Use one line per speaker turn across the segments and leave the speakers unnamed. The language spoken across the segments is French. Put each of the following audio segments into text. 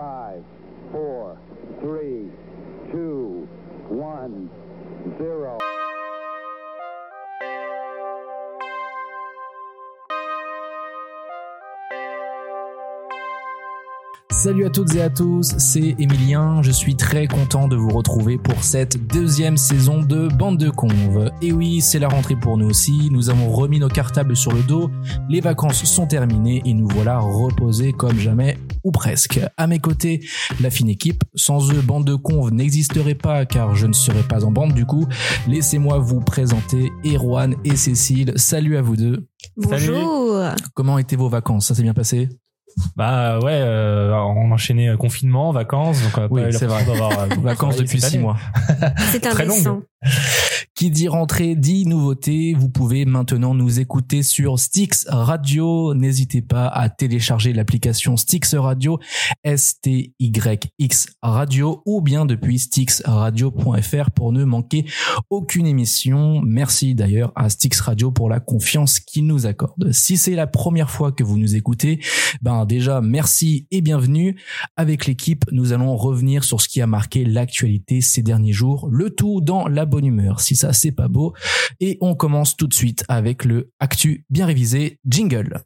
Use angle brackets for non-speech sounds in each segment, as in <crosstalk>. five, four, three, two, one, zero.
Salut à toutes et à tous, c'est Emilien, je suis très content de vous retrouver pour cette deuxième saison de Bande de Conve. Et oui, c'est la rentrée pour nous aussi, nous avons remis nos cartables sur le dos, les vacances sont terminées et nous voilà reposés comme jamais ou presque. À mes côtés, la fine équipe. Sans eux, Bande de Conve n'existerait pas car je ne serais pas en bande du coup. Laissez-moi vous présenter Erwan et Cécile. Salut à vous deux.
Bonjour.
Comment étaient vos vacances Ça s'est bien passé
Bah ouais, euh, on enchaînait euh, confinement, vacances, donc on a
Oui,
pas eu
c'est
l'impression d'avoir euh,
<laughs>
beaucoup
Vacances
travaillé
depuis
cette
six
année.
mois.
C'est
Très
indécent.
longue.
Qui dit rentrée dit nouveauté. Vous pouvez maintenant nous écouter sur Stix Radio. N'hésitez pas à télécharger l'application Stix Radio, S-T-Y-X Radio, ou bien depuis stixradio.fr pour ne manquer aucune émission. Merci d'ailleurs à Stix Radio pour la confiance qu'il nous accorde. Si c'est la première fois que vous nous écoutez, ben déjà merci et bienvenue. Avec l'équipe, nous allons revenir sur ce qui a marqué l'actualité ces derniers jours, le tout dans la bonne humeur, si ça c'est pas beau. Et on commence tout de suite avec le Actu bien révisé Jingle.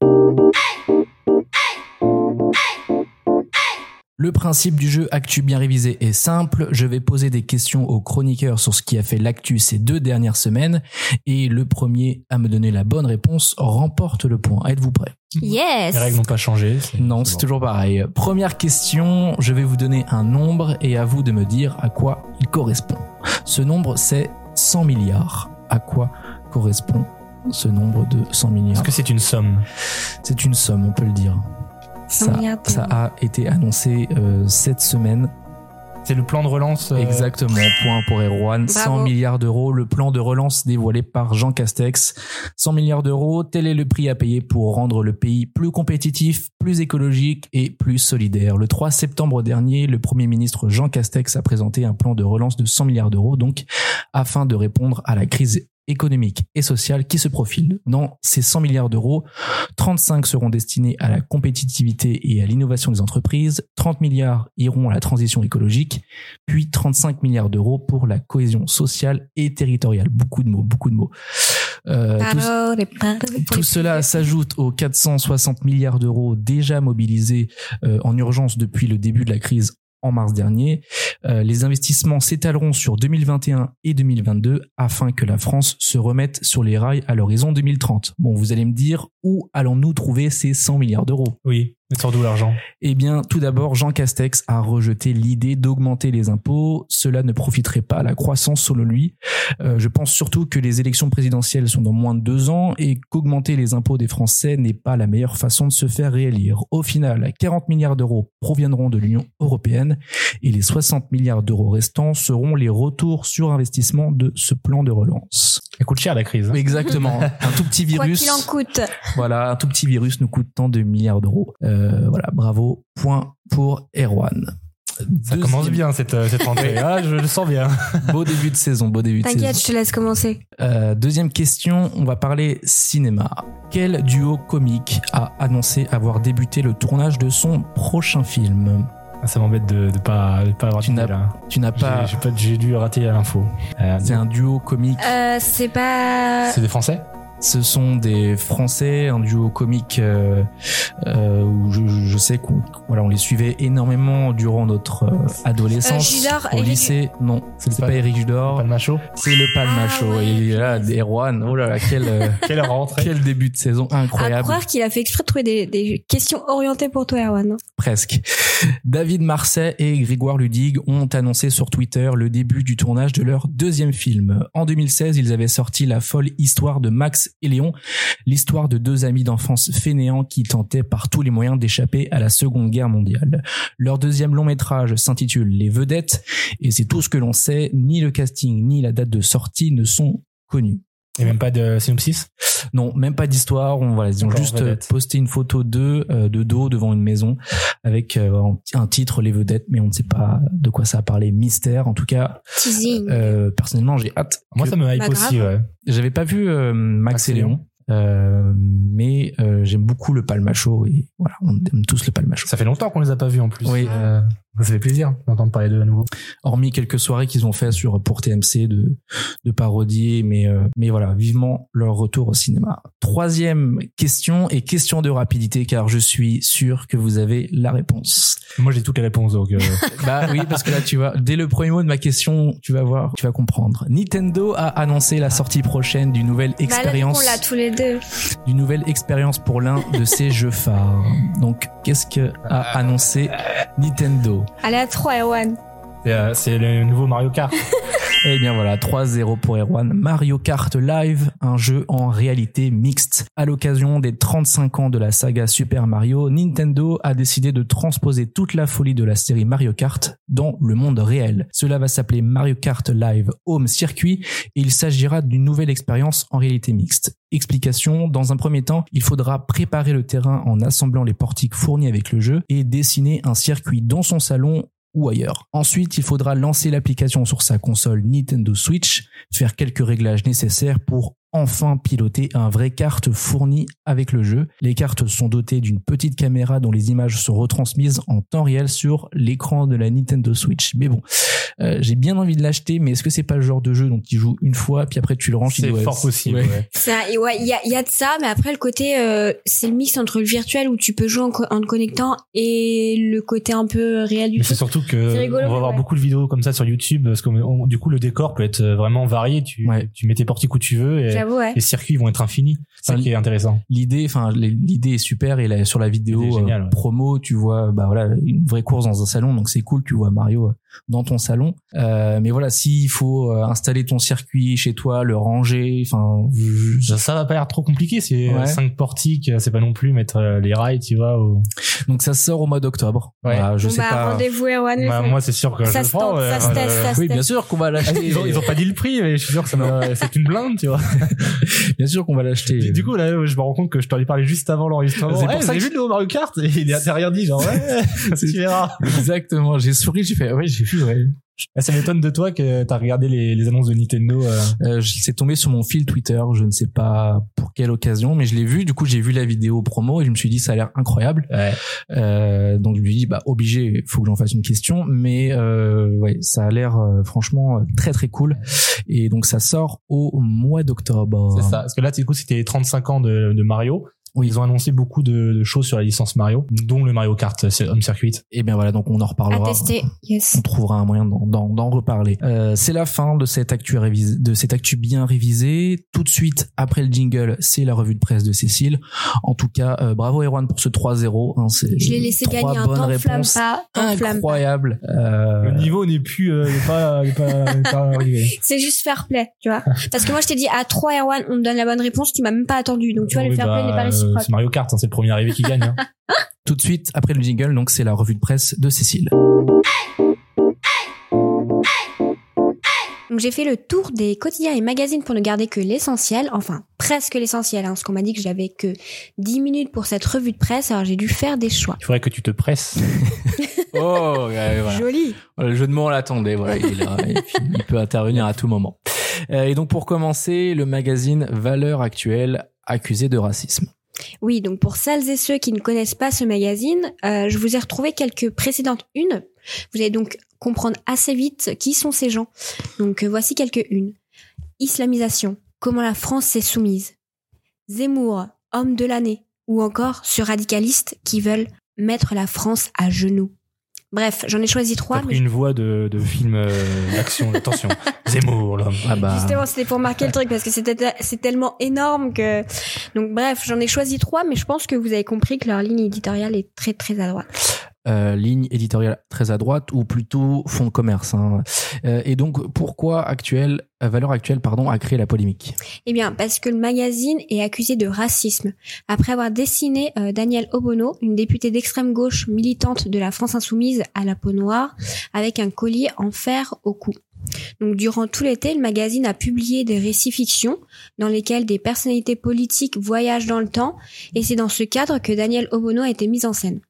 Le principe du jeu Actu bien révisé est simple, je vais poser des questions aux chroniqueurs sur ce qui a fait l'actu ces deux dernières semaines, et le premier à me donner la bonne réponse remporte le point. Êtes-vous prêts
Yes.
Les règles n'ont pas changé. c'est-
non, c'est
bon.
toujours pareil. Première question, je vais vous donner un nombre et à vous de me dire à quoi il correspond. Ce nombre, c'est 100 milliards. À quoi correspond ce nombre de 100 milliards
Est-ce que c'est une somme
C'est une somme, on peut le dire.
100
Ça,
milliards de-
ça a été annoncé euh, cette semaine.
C'est le plan de relance euh,
Exactement, point pour Erwan. 100
Bravo.
milliards d'euros, le plan de relance dévoilé par Jean Castex. 100 milliards d'euros, tel est le prix à payer pour rendre le pays plus compétitif, plus écologique et plus solidaire. Le 3 septembre dernier, le Premier ministre Jean Castex a présenté un plan de relance de 100 milliards d'euros, donc afin de répondre à la crise économique et sociale qui se profile. Dans ces 100 milliards d'euros, 35 seront destinés à la compétitivité et à l'innovation des entreprises, 30 milliards iront à la transition écologique, puis 35 milliards d'euros pour la cohésion sociale et territoriale. Beaucoup de mots, beaucoup de mots. Euh, tout-
Paroles et paroles.
tout cela s'ajoute aux 460 milliards d'euros déjà mobilisés euh, en urgence depuis le début de la crise en mars dernier. Euh, les investissements s'étaleront sur 2021 et 2022 afin que la France se remette sur les rails à l'horizon 2030. Bon, vous allez me dire, où allons-nous trouver ces 100 milliards d'euros
Oui, mais sort d'où l'argent
eh bien, tout d'abord, Jean Castex a rejeté l'idée d'augmenter les impôts. Cela ne profiterait pas à la croissance selon lui. Euh, je pense surtout que les élections présidentielles sont dans moins de deux ans et qu'augmenter les impôts des Français n'est pas la meilleure façon de se faire réélire. Au final, 40 milliards d'euros proviendront de l'Union européenne et les 60 milliards d'euros restants seront les retours sur investissement de ce plan de relance.
Elle coûte cher la crise. hein.
Exactement. <laughs> Un tout petit
Quoi
virus.
qu'il en coûte.
Voilà, un tout petit virus nous coûte tant de milliards d'euros. Euh, voilà, bravo. Point pour Erwan.
Ça commence bien cette, euh,
<laughs>
cette rentrée. ah, je le sens bien.
Beau début de saison, beau début de
T'inquiète,
saison.
je te laisse commencer.
Euh, deuxième question, on va parler cinéma. Quel duo comique a annoncé avoir débuté le tournage de son prochain film
Ah, Ça m'embête de ne pas, de pas avoir
Tu
d'idée,
n'as
là.
Tu n'as
J'ai-
pas.
j'ai pas- J'ai dû rater à l'info. Euh,
C'est un duo comique.
Euh, c'est pas.
c'est des Français
Ce sont des Français, un duo comique euh, euh, où je, je- je sais qu'on voilà, on les suivait énormément durant notre euh, adolescence.
Euh, Judor,
au
Éric-
lycée, non, c'est
C'est
pas
pas-
Eric Judor,
Pas de
<laughs>
macho
c'est le Palma
Ah
Show.
ouais,
Et là, Erwan, oh là là, quel, euh,
Quelle rentrée
<laughs> quel début de saison
À
incroyable.
croire qu'il a fait exprès de trouver des, des questions orientées pour toi, Erwan.
presque. David Marseille et Grégoire Ludig ont annoncé sur Twitter le début du tournage de leur deuxième film. En 2016, ils avaient sorti la folle histoire de Max et Léon, l'histoire de deux amis d'enfance fainéants qui tentaient par tous les moyens d'échapper à la Seconde Guerre mondiale. Leur deuxième long métrage s'intitule Les Vedettes et c'est tout ce que l'on sait, ni le casting ni la date de sortie ne sont connus.
Et même pas de synopsis
Non, même pas d'histoire. On voilà, ils ont
Encore
juste euh,
vedette.
posté une photo d'eux euh, de dos devant une maison avec euh, un titre les vedettes, mais on ne sait pas de quoi ça a parlé. Mystère, en tout cas.
Teasing.
euh, personnellement, j'ai hâte.
Moi,
que-
ça me hype
Bah,
aussi, ouais.
J'avais pas vu euh, Max,
Max
et
et
Léon. Euh, mais euh, j'aime beaucoup le palmacho et voilà, on aime tous le palmacho.
Ça fait longtemps qu'on les a pas vus en plus.
Oui.
Euh, ça fait plaisir d'entendre parler d'eux à nouveau.
Hormis quelques soirées qu'ils ont fait sur pour TMC de de parodier, mais euh, mais voilà, vivement leur retour au cinéma. Troisième question et question de rapidité car je suis sûr que vous avez la réponse.
Moi, j'ai toutes les réponses donc. euh,
Bah oui, parce que là, tu vois, dès le premier mot de ma question, tu vas voir, tu vas comprendre. Nintendo a annoncé la sortie prochaine d'une nouvelle expérience,
Bah, là, on l'a tous les deux.
d'une nouvelle expérience pour l'un de ses jeux phares. Donc, qu'est-ce que a annoncé Nintendo
Allez, à 3, Erwan.
c'est, euh, c'est le nouveau Mario Kart.
<laughs>
Eh bien voilà, 3-0 pour Erwan. Mario Kart Live, un jeu en réalité mixte. À l'occasion des 35 ans de la saga Super Mario, Nintendo a décidé de transposer toute la folie de la série Mario Kart dans le monde réel. Cela va s'appeler Mario Kart Live Home Circuit et il s'agira d'une nouvelle expérience en réalité mixte. Explication, dans un premier temps, il faudra préparer le terrain en assemblant les portiques fournis avec le jeu et dessiner un circuit dans son salon ou ailleurs. Ensuite, il faudra lancer l'application sur sa console Nintendo Switch, faire quelques réglages nécessaires pour enfin piloter un vrai carte fourni avec le jeu. Les cartes sont dotées d'une petite caméra dont les images sont retransmises en temps réel sur l'écran de la Nintendo Switch. Mais bon, euh, j'ai bien envie de l'acheter, mais est-ce que c'est pas le genre de jeu dont tu joues une fois, puis après tu le ranges tu
c'est
dis, ouais,
fort possible.
ouais.
ouais.
C'est un- et ouais, il y a, il y a de ça, mais après, le côté, euh, c'est le mix entre le virtuel où tu peux jouer en, co- en te connectant et le côté un peu réel du
Mais c'est
truc.
surtout que
C'est rigolo,
on va
mais
avoir
ouais.
beaucoup de vidéos comme ça sur YouTube parce que on- du coup le décor peut être euh, vraiment varié. Tu,
Ouais.
tu mets tes portiques où tu veux et
J'avoue, ouais.
les circuits vont être infinis. C'est ça
Enfin,
qui est intéressant.
l'idée enfin les- l'idée est super et là, sur la vidéo
L'idée est géniale,
euh,
ouais.
promo tu vois bah voilà une vraie course dans un salon donc c'est cool tu vois Mario euh, dans ton salon Euh, mais voilà s'il faut euh, installer ton circuit chez toi le ranger enfin je- je-
Ça, ça va pas l'air trop compliqué. C'est
Ouais.
5 portiques. C'est pas non plus mettre euh, les rails, tu vois. ou-
donc ça sort au mois d'octobre
Ouais.
Voilà, je
Bon,
sais
bah,
pas
rendez-vous, Erwan. le
Bah,
fait.
moi, c'est sûr que
Ça
je
se
le prends.
tente,
ouais,
ça se
euh,
teste, ça se
oui
teste.
bien sûr
<laughs>
qu'on va l'acheter
Ah, Ils ont, ils ont pas dit le prix, mais je suis sûr que ça m'a- <laughs> c'est une blinde, tu vois.
bien sûr qu'on va l'acheter
Du- Du coup, là, je me rends compte que je t'en ai parlé juste avant l'enregistrement.
C'est pour
Eh,
ça
vous avez
que
vu le nouveau Mario Kart et il a rien dit, genre, ouais, <laughs>
C'est-
tu verras.
exactement j'ai souri j'ai fait ouais j'ai vu ouais
Ah, Ça m'étonne de toi que t'as regardé les, les annonces de Nintendo. euh.
Euh, je- c'est tombé sur mon fil Twitter, je ne sais pas pour quelle occasion, mais je l'ai vu. Du coup, j'ai vu la vidéo promo et je me suis dit ça a l'air incroyable.
Ouais.
Euh, donc je me suis dit bah obligé, faut que j'en fasse une question. Mais euh, ouais, ça a l'air euh, franchement euh, très très cool. Et donc ça sort au mois d'octobre.
C'est ça. Parce que là, du coup, c'était les 35 ans de, de Mario.
Oui.
Ils ont annoncé beaucoup de, de choses sur la licence Mario, dont le Mario Kart c'est Home Circuit.
Et bien voilà, donc on en
À
reparlera.
tester, yes.
on trouvera un moyen d'en- d'en d'en reparler. Euh, c'est la fin de cette actu révisée, de cette actu bien révisée. Tout de suite après le jingle, c'est la revue de presse de Cécile. En tout cas, euh, bravo Erwan pour ce 3-0. Hein, c'est
Je l'ai laissé
trois
gagner un
bonnes
temps de flamme
réponses.
pas, temps de flamme pas.
Incroyable. Euh,
Le niveau n'est plus, euh, n'est pas, n'est pas, n'est <laughs> pas arrivé.
C'est juste fair play, tu vois.
Ah.
Parce que moi, je t'ai dit, à 3 Erwan, on me donne la bonne réponse, tu m'as même pas attendu. Donc, tu vois, le
Oui,
fair play
bah,
n'est pas
euh,
réciproque.
C'est Mario Kart, hein, c'est le premier arrivé qui
<laughs>
gagne. hein.
Tout de suite après le jingle, donc c'est la revue de presse de Cécile.
Donc, j'ai fait le tour des quotidiens et magazines pour ne garder que l'essentiel, enfin, presque l'essentiel, hein, parce qu'on m'a dit que j'avais que 10 minutes pour cette revue de presse, alors j'ai dû faire des choix.
Il faudrait que tu te presses.
<laughs> Oh,
Joli
Voilà, Le jeu de mots, on l'attendait. Voilà, il, est là,
<laughs>
et puis il peut intervenir à tout moment. Euh, Et donc, pour commencer, le magazine Valeurs Actuelles accusé de racisme.
Oui, donc pour celles et ceux qui ne connaissent pas ce magazine, euh, je vous ai retrouvé quelques précédentes unes. Vous allez donc comprendre assez vite qui sont ces gens. Donc euh, voici quelques unes. Islamisation, comment la France s'est soumise. Zemmour, homme de l'année. Ou encore ce radicaliste qui veulent mettre la France à genoux. Bref, j'en ai choisi
T'as
trois.
pris
mais
une voix de, de film euh,
<laughs>
d'action, attention. Zemmour, l'homme.
Ah bah.
Justement, c'était pour marquer le truc parce que c'était c'est tellement énorme que donc bref, j'en ai choisi trois, mais je pense que vous avez compris que leur ligne éditoriale est très très à droite.
euh, ligne éditoriale très à droite ou plutôt fonds de commerce. hein. Euh, et donc, pourquoi actuel, euh, Valeur Actuelle pardon, a créé la polémique
Eh bien, parce que le magazine est accusé de racisme. Après avoir dessiné euh, Danielle Obono, une députée d'extrême gauche militante de la France insoumise à la peau noire, avec un collier en fer au cou. Donc, durant tout l'été, le magazine a publié des récits fictions dans lesquels des personnalités politiques voyagent dans le temps, et c'est dans ce cadre que Danielle Obono a été mise en scène.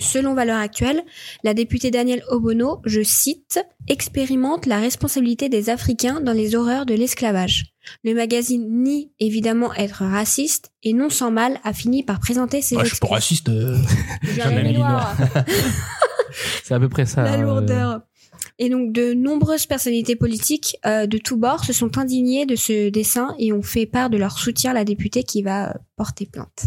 Selon Valeurs Actuelles, la députée Danielle Obono, je cite, expérimente la responsabilité des Africains dans les horreurs de l'esclavage. Le magazine nie évidemment être raciste et non sans mal a fini par présenter
bah,
ses
Ouais, je suis pas
excuses.
raciste. euh,
J'aurais
jamais
aimé
mis
voir
C'est à peu près ça.
la
hein, euh,
lourdeur. Et donc de nombreuses personnalités politiques euh, de tous bords se sont indignées de ce dessin et ont fait part de leur soutien à la députée qui va euh, porter plainte.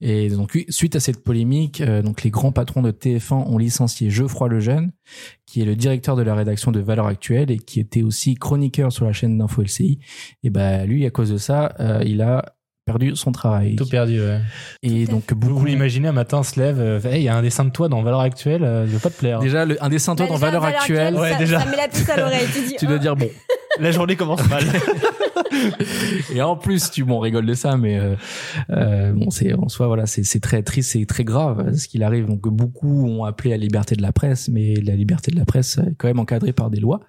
Et donc, suite à cette polémique, euh, donc les grands patrons de TF1 ont licencié Geoffroy Lejeune, qui est le directeur de la rédaction de Valeurs Actuelles et qui était aussi chroniqueur sur la chaîne d'Info LCI. Et ben lui, à cause de ça, euh, il a perdu son travail.
Tout perdu, ouais.
Et
Tout à
donc,
Vous,
beaucoup-
vous l'imaginez, un matin, on se lève, euh, Hey, il y a un dessin de toi dans Valeur Actuelle, euh, je veux pas te plaire.
Déjà, le- un dessin toi
Bah,
dans
déjà,
Valeurs Actuelles,
Actuelles, ouais,
ça,
déjà.
ça met la puce à l'oreille.
<laughs>
Tu, dis,
tu dois
oh.
dire bon.
La journée commence <laughs> mal.
Et en plus, tu bon, on rigole de ça, mais euh, euh, bon, c'est en soi, voilà, c'est c'est très triste, c'est très grave euh, ce qu'il arrive. Donc beaucoup ont appelé à la liberté de la presse, mais la liberté de la presse euh, est quand même encadrée par des lois.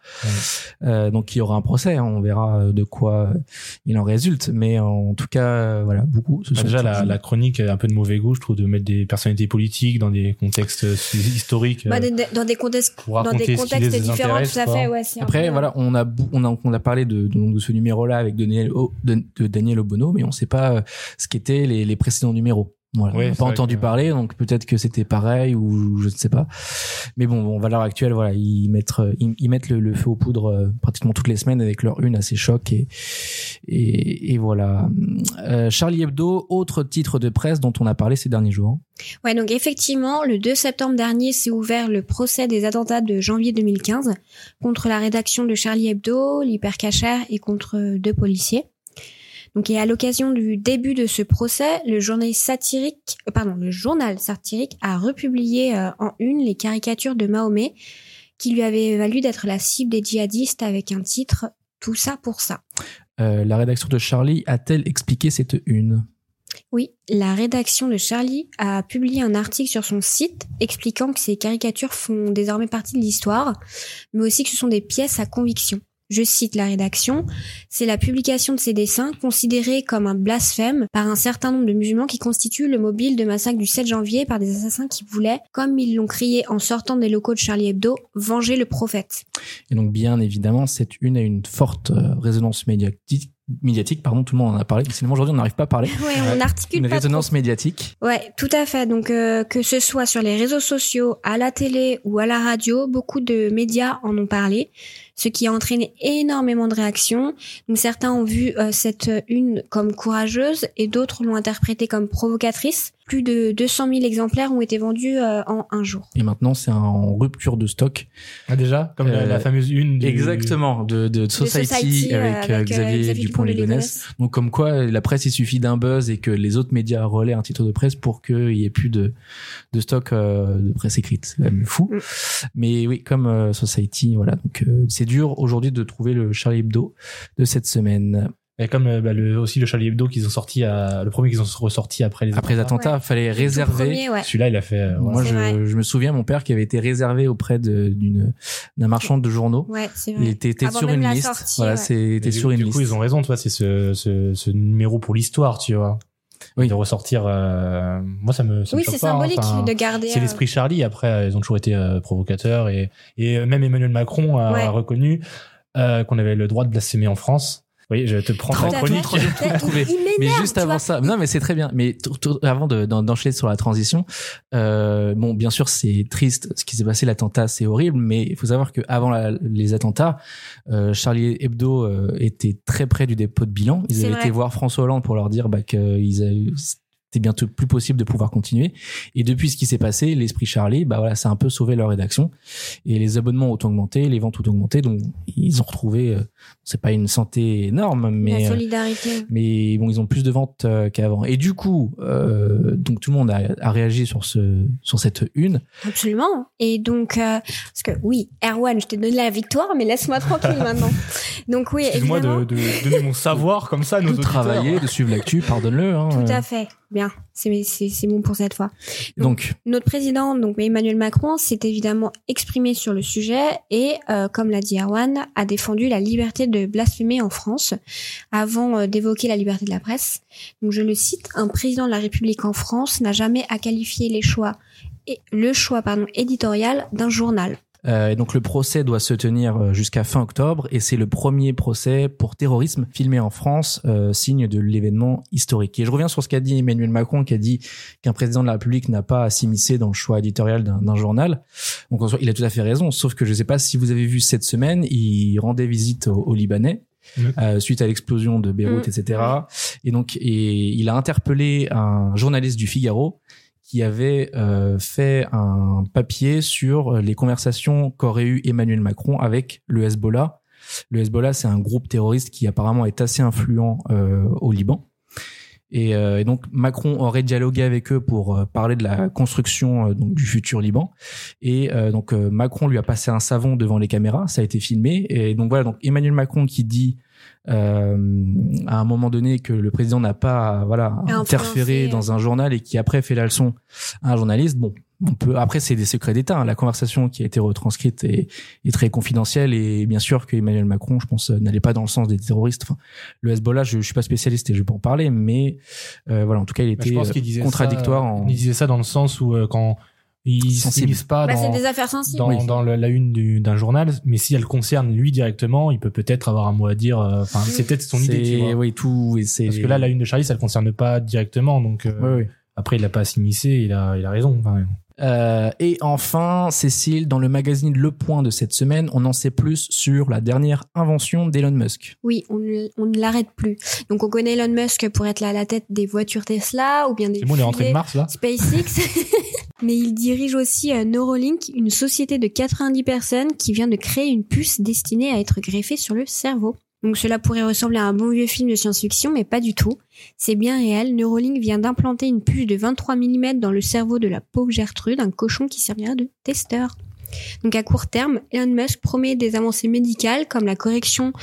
Euh, donc il y aura un procès, hein, on verra euh, de quoi euh, il en résulte. Mais en tout cas, euh, voilà, beaucoup. Se
Bah,
sont
déjà, la, la chronique a un peu de mauvais goût, je trouve, de mettre des personnalités politiques dans des contextes euh, historiques. euh,
Bah, des- des- dans des contextes,
pour
dans
raconter
des
ce qui
contextes
les
différents,
intéresse,
tout à
quoi.
fait. Ouais, c'est un
Après,
peu-
voilà, on a, bou- on a, on a parlé de, de, de ce numéro-là avec Daniel, O- de, de Daniel Obono, mais on ne sait pas euh, ce qu'étaient les, les précédents numéros. Voilà,
Ouais,
on n'a
c'est
pas
vrai
entendu
que-
parler, donc peut-être que c'était pareil ou je ne sais pas. Mais bon, bon valeur actuelle, voilà, ils mettent, euh, ils, ils mettent le, le feu aux poudres euh, pratiquement toutes les semaines avec leur une assez choc et, et, et voilà. Euh, Charlie Hebdo, autre titre de presse dont on a parlé ces derniers jours.
Ouais, donc effectivement, le 2 septembre dernier s'est ouvert le procès des attentats de janvier 2015 contre la rédaction de Charlie Hebdo, l'Hypercacher et contre euh, deux policiers. Donc, et à l'occasion du début de ce procès, le journal satirique, euh, pardon, le journal satirique a republié euh, en une les caricatures de Mahomet qui lui avaient valu d'être la cible des djihadistes avec un titre Tout ça pour ça.
Euh, la rédaction de Charlie a-t-elle expliqué cette une
Oui, la rédaction de Charlie a publié un article sur son site expliquant que ces caricatures font désormais partie de l'histoire, mais aussi que ce sont des pièces à conviction. Je cite la rédaction, c'est la publication de ces dessins considérés comme un blasphème par un certain nombre de musulmans qui constituent le mobile de massacre du 7 janvier par des assassins qui voulaient, comme ils l'ont crié en sortant des locaux de Charlie Hebdo, venger le prophète.
Et donc, bien évidemment, cette une a une forte euh, résonance médiatique. médiatique pardon, tout le monde en a parlé. Finalement, aujourd'hui, on n'arrive pas à parler.
Ouais, on articule
Une
pas trop.
résonance médiatique.
Ouais, tout à fait. Donc euh, que ce soit sur les réseaux sociaux, à la télé ou à la radio, beaucoup de médias en ont parlé, ce qui a entraîné énormément de réactions. Donc certains ont vu euh, cette euh, une comme courageuse et d'autres l'ont interprétée comme provocatrice. Plus de 200 000 exemplaires ont été vendus euh, en un jour.
Et maintenant, c'est en rupture de stock.
Ah, déjà, comme la,
Euh,
la fameuse une. du-
Exactement, de, de
De
Society, avec, euh, Xavier, Dupont-Légonesse. Donc, comme quoi, euh, la presse, il suffit d'un buzz et que les autres médias relaient un titre de presse pour qu'il n'y ait plus de, de stock euh, de presse écrite. C'est quand même fou.
Mm.
Mais oui, comme euh, Society, voilà. Donc, euh, c'est dur aujourd'hui de trouver le Charlie Hebdo de cette semaine.
Et comme euh, bah, le- aussi le Charlie Hebdo qu'ils ont sorti, à, le premier qu'ils ont ressorti après les
Après les
attentats.
attentats, fallait
tout
réserver.
premier, ouais.
Celui-là, il a fait. euh, voilà.
Moi,
C'est
je,
vrai.
je me souviens, mon père qui avait été réservé auprès de- d'une d'un marchand de journaux.
Ouais, c'est
Il
vrai.
était, était
Avant
sur
même
une
la
liste.
sortie,
voilà,
ouais.
c'est était
Mais
sur
du,
une
du coup,
liste.
ils ont raison, toi, c'est ce, ce, ce numéro pour l'histoire, tu vois.
Oui.
De ressortir. euh, moi, ça me. ça me
Oui,
choque
c'est
pas, hein.
symbolique
Enfin,
de garder.
C'est
euh,
l'esprit Charlie. Après, euh, ils ont toujours été euh, provocateurs et, et euh, même Emmanuel Macron a
Ouais.
reconnu euh, qu'on avait le droit de blasphémer en France. Oui, je te prends
euh, Tout
ta
à
<laughs>
chronique.
fait.
trouvé.
Il m'énerve,
Mais juste
tu
avant
vois.
ça, non, mais c'est très bien. Mais tout- tout- avant de- d'en- d'enchaîner sur la transition, euh, bon, bien sûr, c'est triste ce qui s'est passé. L'attentat, c'est horrible, mais il faut savoir que avant la- les attentats, euh, Charlie Hebdo euh, était très près du dépôt de bilan. Ils
C'est
avaient
vrai.
été voir François Hollande pour leur dire bah, qu'ils avaient- c'était bientôt plus possible de pouvoir continuer. Et depuis ce qui s'est passé, l'esprit Charlie, bah voilà, ça a un peu sauvé leur rédaction. Et les abonnements ont augmenté, les ventes ont augmenté, donc ils ont retrouvé. euh, c'est pas une santé énorme, mais
la
euh,
solidarité.
mais bon, ils ont plus de ventes euh, qu'avant. Et du coup, euh, donc tout le monde a, a réagi sur ce sur cette une.
Absolument. Et donc, euh, parce que oui, Erwan, je t'ai donné la victoire, mais laisse-moi tranquille
<laughs>
maintenant. Donc oui,
Excuse-moi
évidemment.
de, de donner mon savoir comme ça à nos
De
auditeurs.
travailler, de suivre l'actu, pardonne-le. hein.
Tout à fait. Bien, c'est c'est- c'est bon pour cette fois.
Donc,
Notre président, donc Emmanuel Macron, s'est évidemment exprimé sur le sujet et, euh, comme l'a dit Erwan, a défendu la liberté de blasphémer en France avant euh, d'évoquer la liberté de la presse. Donc je le cite, un président de la République en France n'a jamais à qualifier les choix et le choix pardon, éditorial d'un journal.
Euh, et donc le procès doit se tenir euh, jusqu'à fin octobre et c'est le premier procès pour terrorisme filmé en France, euh, signe de l'événement historique. Et je reviens sur ce qu'a dit Emmanuel Macron, qui a dit qu'un président de la République n'a pas à s'immiscer dans le choix éditorial d'un d'un journal. Donc en soi, il a tout à fait raison, sauf que je ne sais pas si vous avez vu cette semaine, il rendait visite aux, aux Libanais.
Oui.
euh, suite à l'explosion de Beyrouth,
Mm.
etc. Et donc, et il a interpellé un journaliste du Figaro qui avait euh, fait un papier sur les conversations qu'aurait eu Emmanuel Macron avec le Hezbollah. Le Hezbollah, c'est un groupe terroriste qui apparemment est assez influent euh, au Liban. Et, euh, et donc Macron aurait dialogué avec eux pour euh, parler de la construction euh, donc du futur Liban. Et euh, donc euh, Macron lui a passé un savon devant les caméras, ça a été filmé. Et donc voilà, donc Emmanuel Macron qui dit euh, à un moment donné que le président n'a pas voilà
À
interféré
influencer.
dans un journal et qui après fait la leçon à un journaliste. Bon, on peut après c'est des secrets d'État. hein. La conversation qui a été retranscrite est, est très confidentielle et bien sûr que Emmanuel Macron, je pense, euh, n'allait pas dans le sens des terroristes. Enfin, le Hezbollah, je, je suis pas spécialiste et je peux en parler, mais euh, voilà, en tout cas, il
Bah,
était
je pense
euh,
qu'il disait
contradictoire
ça,
en
Il disait ça dans le sens où euh, quand ils
Sensible.
s'immiscent pas
Bah, c'est
Ah, dans,
des affaires sensibles.
dans, dans le- la une du- d'un journal, mais si elle concerne lui directement, il peut peut-être avoir un mot à dire. euh,
Mm.
Enfin, c'est peut-être son idée. tu
C'est
vois.
oui tout et c'est
Parce que là, la une de Charlie, ça le concerne pas directement, donc euh,
Ouais, ouais.
après, il a pas à s'immiscer, il a, il a raison. Enfin,
Euh, et enfin, Cécile, dans le magazine Le Point de cette semaine, on en sait plus sur la dernière invention d'Elon Musk.
Oui, on, ne- on ne l'arrête plus. Donc on connaît Elon Musk pour être à la tête des voitures Tesla ou bien des
c'est bon, on est rentré de
fusées
mars là.
SpaceX. <laughs> Mais il dirige aussi euh, Neuralink, une société de 90 personnes qui vient de créer une puce destinée à être greffée sur le cerveau. Donc cela pourrait ressembler à un bon vieux film de science-fiction, mais pas du tout. C'est bien réel, Neuralink vient d'implanter une puce de 23 mm dans le cerveau de la pauvre Gertrude, un cochon qui servira de testeur. Donc à court terme, Elon Musk promet des avancées médicales comme la correction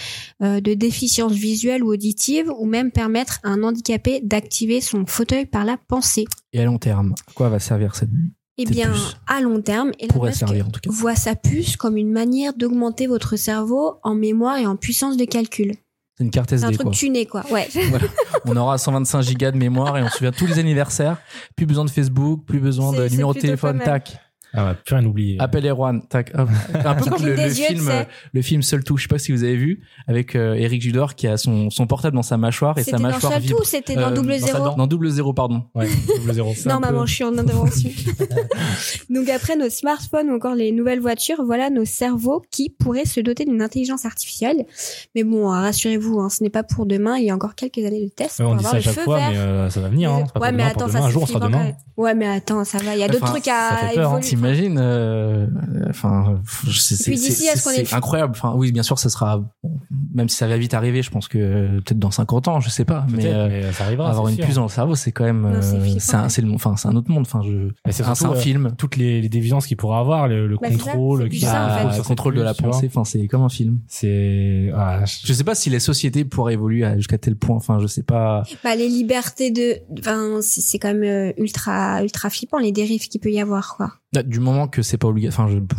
euh, de déficiences visuelles ou auditives ou même permettre à un handicapé d'activer son fauteuil par la pensée.
Et à long terme, à quoi va servir cette
Eh
Des
bien,
puces.
à long terme, Elon
pourrait
Musk
servir en tout cas
voit sa puce comme une manière d'augmenter votre cerveau en mémoire et en puissance de calcul.
C'est une carte
C'est un
SD
truc
quoi.
tuné, quoi. Ouais.
On aura 125 gigas de mémoire et on se souvient de tous les anniversaires. Plus besoin de Facebook, plus besoin
C'est-
de
c'est
numéro de
plutôt
téléphone,
pas mal.
tac.
Ah, ouais, plus rien oublier.
Appel Erwan, tac.
<laughs>
hop. Un peu
Tu
comme le,
clignes
le
des yeux,
film,
tu sais.
euh, le film Seul Tout. Je sais pas si vous avez vu avec euh, Eric Judor qui a son, son portable dans sa mâchoire et
C'était
sa
dans
mâchoire
Seul
vibre.
Tout, c'était dans
Euh,
Double
dans sa
Zéro.
dent.
Dans double zéro, pardon.
Ouais, double zéro.
C'est un
<laughs> Non,
peu-
maman, je suis en
<laughs>
intervention. Donc après nos smartphones ou encore les nouvelles voitures, voilà nos cerveaux qui pourraient se doter d'une intelligence artificielle. Mais bon, euh, rassurez-vous, hein, ce n'est pas pour demain. Il y a encore quelques années de tests
Ouais,
pour
on dit
avoir
ça à
le
chaque
feu
fois,
vert.
mais euh, ça va venir. Hein. C'est pas
ouais, mais
pour demain,
attends,
pour
ça
demain. Un
se
jour, on sera
suit
demain.
encore. Ouais, mais attends, ça va. Il y a d'autres
Enfin,
trucs
ça
à
fait peur, hein,
évoluer.
T'imagines, euh, enfin, euh, c'est- c'est
Puis d'ici,
c'est-
est-ce qu'on est-
c'est incroyable. Enfin, oui, bien sûr, ça sera, bon, même si ça va vite arriver, je pense que euh, peut-être dans 50 ans, je sais pas, mais,
Peut-être,
euh,
mais ça arrivera.
avoir
c'est
une
sûr.
puce dans le cerveau, c'est quand même,
Non, c'est
euh,
flippant,
c'est un,
ouais.
c'est le, enfin, c'est un autre monde. Enfin, je,
Mais c'est
un, c'est un
surtout, euh,
film.
toutes les, les déviances qu'il pourra avoir, le, le
Bah, c'est ça,
contrôle,
c'est du
qui
ça, en
Ah,
fait.
le contrôle de la pensée, enfin, c'est comme un film.
C'est. Ah, je-
Je sais pas si les sociétés pourraient évoluer à- jusqu'à tel point. Enfin, je sais pas.
Bah, les libertés de, enfin, c'est c'est quand même euh, ultra, ultra flippant les dérives qu'il peut y avoir, quoi.
Du moment que c'est pas obligatoire. Enfin, je, pff,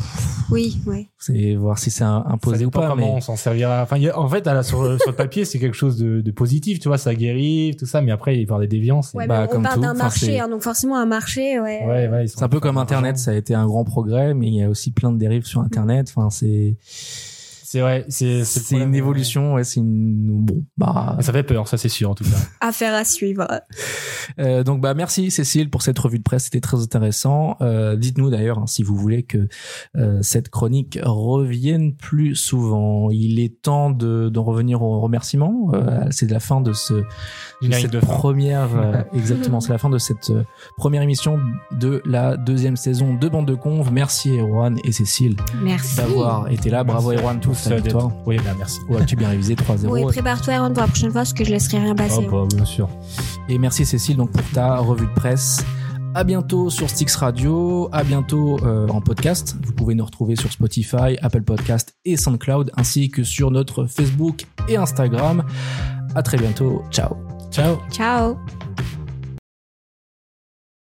Oui, ouais.
c'est voir si c'est un-
ça
imposé ou
dépend
pas.
comment
Mais
on s'en servira. Enfin, il y a- en fait, à la- sur, sur le papier, c'est quelque chose de, de positif, tu vois, ça guérit, tout ça, mais après, il va y avoir des déviances. et-
Ouais, euh,
bah,
mais on
comme tout,
parle d'un
enfin, c'est-
marché, hein, donc forcément un marché, ouais.
ouais, ouais, ils sont-
c'est un peu comme Internet. Ça a été un grand progrès, mais il y a aussi plein de dérives sur Internet. Enfin, c'est
C'est vrai, c'est c'est le
c'est une
problème.
évolution. Ouais, c'est une bon. Bah,
Ah, Ça fait peur, ça c'est sûr, en tout cas.
Affaire à suivre.
Euh, donc bah merci Cécile pour cette revue de presse, c'était très intéressant. Euh, Dites-nous d'ailleurs hein, si vous voulez que euh, cette chronique revienne plus souvent. Il est temps de- d'en revenir aux remerciements. Euh, c'est la fin de ce de
Générique
cette
de fin.
première <laughs> euh, exactement, c'est la fin de cette euh, première émission de la deuxième saison de Bande de Conve. Merci Erwan et Cécile
Merci.
d'avoir été là. Bravo
Merci.
Erwan tous la
Ça,
victoire.
d'être- Oui, bien, merci.
Ouais, tu bien révisé hein. 3-0.
Oui, prépare-toi, Aaron, pour la prochaine fois, parce que je laisserai rien passer.
Oh, bah, bien sûr.
Et merci Cécile donc pour ta revue de presse. À bientôt sur Styx Radio, à bientôt euh, en podcast. Vous pouvez nous retrouver sur Spotify, Apple Podcast et SoundCloud, ainsi que sur notre Facebook et Instagram. À très bientôt. Ciao.
Ciao.
Ciao.